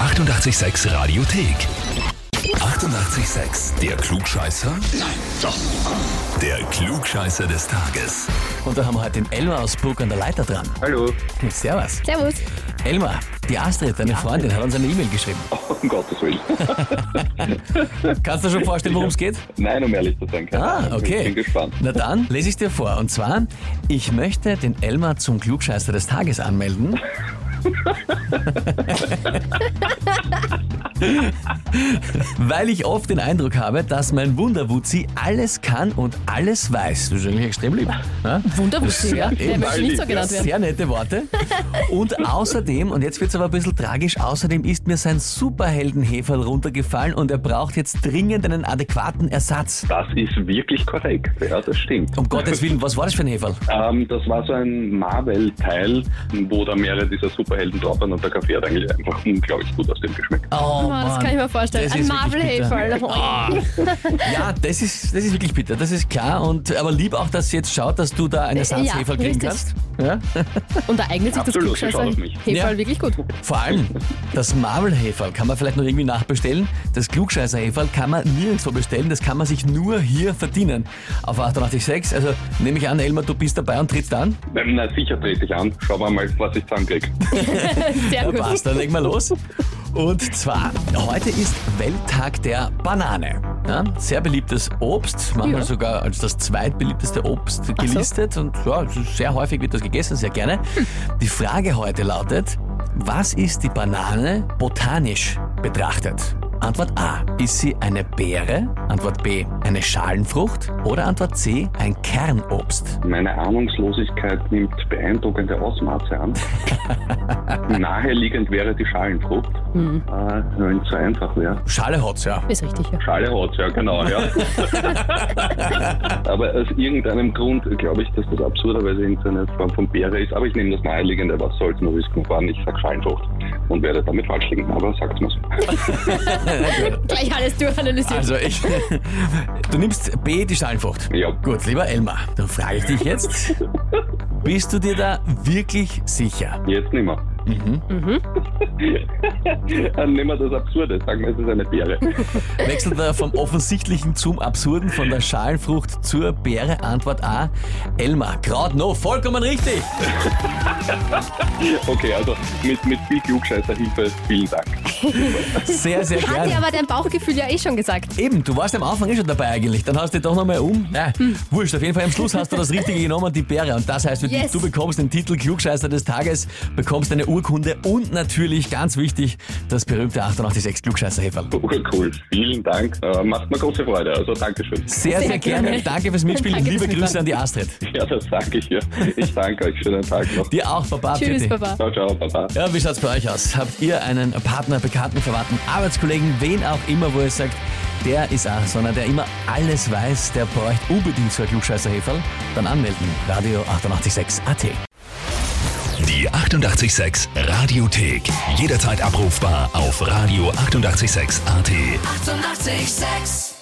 886 Radiothek. 88,6. Der Klugscheißer? Nein, doch. Der Klugscheißer des Tages. Und da haben wir heute den Elmar aus Burg an der Leiter dran. Hm, Hallo. Servus. Servus. Elmar, die Astrid, deine Freundin, hat uns eine E-Mail geschrieben. Oh, um Gottes Willen. Kannst du dir schon vorstellen, worum es geht? Nein, um ehrlich zu sein. keine Ah, Ahnung. okay. Ich bin gespannt. Na dann lese ich dir vor. Und zwar, ich möchte den Elmar zum Klugscheißer des Tages anmelden. Weil ich oft den Eindruck habe, dass mein Wunderwuzi alles kann und alles weiß. Das ist eigentlich extrem lieb. Ja? Wunderwuchsig, ja. Ja, Wer eben. möchte nicht so genannt werden? Sehr nette Worte. Und außerdem, und jetzt wird es aber ein bisschen tragisch, außerdem ist mir sein Superheldenheferl runtergefallen und er braucht jetzt dringend einen adäquaten Ersatz. Das ist wirklich korrekt. Ja, das stimmt. Um Gottes Willen, was war das für ein Heferl? Ähm, das war so ein Marvel-Teil, wo da mehrere dieser Superhelden drauf waren und der Kaffee hat eigentlich einfach unglaublich gut aus dem geschmeckt. Oh, Oh, das kann ich mir vorstellen. Das Ein oh. ist wirklich Ah, Marvel-Helfer. bitter. Ja, das ist, das ist wirklich bitter, das ist klar. Und, aber lieb auch, dass sie jetzt schaut, dass du da einen Ersatzheferl kriegen richtig. kannst. Ja? Und da eignet sich Absolut, das schaut auf mich. Klugscheißer-Heferl Ja. wirklich gut. Vor allem das Marvel-Heferl kann man vielleicht noch irgendwie nachbestellen. Das Klugscheißer-Heferl kann man nirgendwo bestellen, das kann man sich nur hier verdienen. Auf 886, also nehme ich an, Elmar, du bist dabei und trittst an. Ähm, Na sicher trete ich an. Schauen wir mal, was ich zusammenkriege. Sehr Ja, gut. passt, dann legen wir los. Und zwar, heute ist Welttag der Banane. Ja, sehr beliebtes Obst, manchmal Ja. sogar als das zweitbeliebteste Obst gelistet. Und ja, es ist sehr häufig wird das gegessen, sehr gerne. Hm. Die Frage heute lautet, was ist die Banane botanisch betrachtet? Antwort A. Ist sie eine Beere? Antwort B. Eine Schalenfrucht? Oder Antwort C. Ein Kernobst? Meine Ahnungslosigkeit nimmt beeindruckende Ausmaße an. Naheliegend wäre die Schalenfrucht, Hm. äh, wenn es so einfach wäre. Schale hat's, ja. Ist richtig, ja. Schale hat ja, genau, ja. aber aus irgendeinem Grund glaube ich, dass das absurderweise irgendeine Form von Beere ist. Aber ich nehme das naheliegende, was soll's nur riskieren, waren. Ich sag Schalenfrucht und werde damit falsch liegen. Aber sagt's mir's. Gleich alles durchanalysiert. Also ich. Du nimmst B, die Schalenfrucht. Ja. Gut, lieber Elmar, dann frage ich dich jetzt. Bist du dir da wirklich sicher? Jetzt nimmer. Mhm. Dann nehmen wir das Absurde. Sagen wir, es ist eine Beere. Wechseln wir vom Offensichtlichen zum Absurden, von der Schalenfrucht zur Beere. Antwort A. Elmar, Kraut no, vollkommen richtig. Okay, also mit, mit viel klugscheißer Hilfe, vielen Dank. Sehr, sehr Hat dir gerne. aber dein Bauchgefühl ja eh schon gesagt. Eben, du warst am Anfang eh schon dabei eigentlich. Dann hast du dich doch nochmal um. Na, Hm. wurscht, auf jeden Fall am Schluss hast du das Richtige genommen, die Beere. Und das heißt, für dich, Yes. du bekommst den Titel Klugscheißer des Tages, bekommst eine Urkunde und natürlich, ganz wichtig, das berühmte 886 klugscheißer -Häferl. Urcool, Oh, vielen Dank. Äh, macht mir große Freude. Also Dankeschön. Sehr, sehr, Sehr gerne. gerne. Danke fürs Mitspielen. Danke Liebe fürs Grüße an die Astrid. Ja, das sage ich ja. Ich danke euch. Schönen Tag noch. Dir auch, Baba. Tschüss, Pfiatti. Baba. Ciao, ciao, Baba. Ja, wie schaut's bei euch aus? Habt ihr einen Partner, Bekannten, Verwandten, Arbeitskollegen, wen auch immer, wo ihr sagt, der ist auch so einer, der immer alles weiß, der bräuchte unbedingt so ein Klugscheißer-Heferl? Dann anmelden. Radio 886 AT. Die 88,6 Radiothek. Jederzeit abrufbar auf radio886.at. 88,6. Eighty-eight, sex.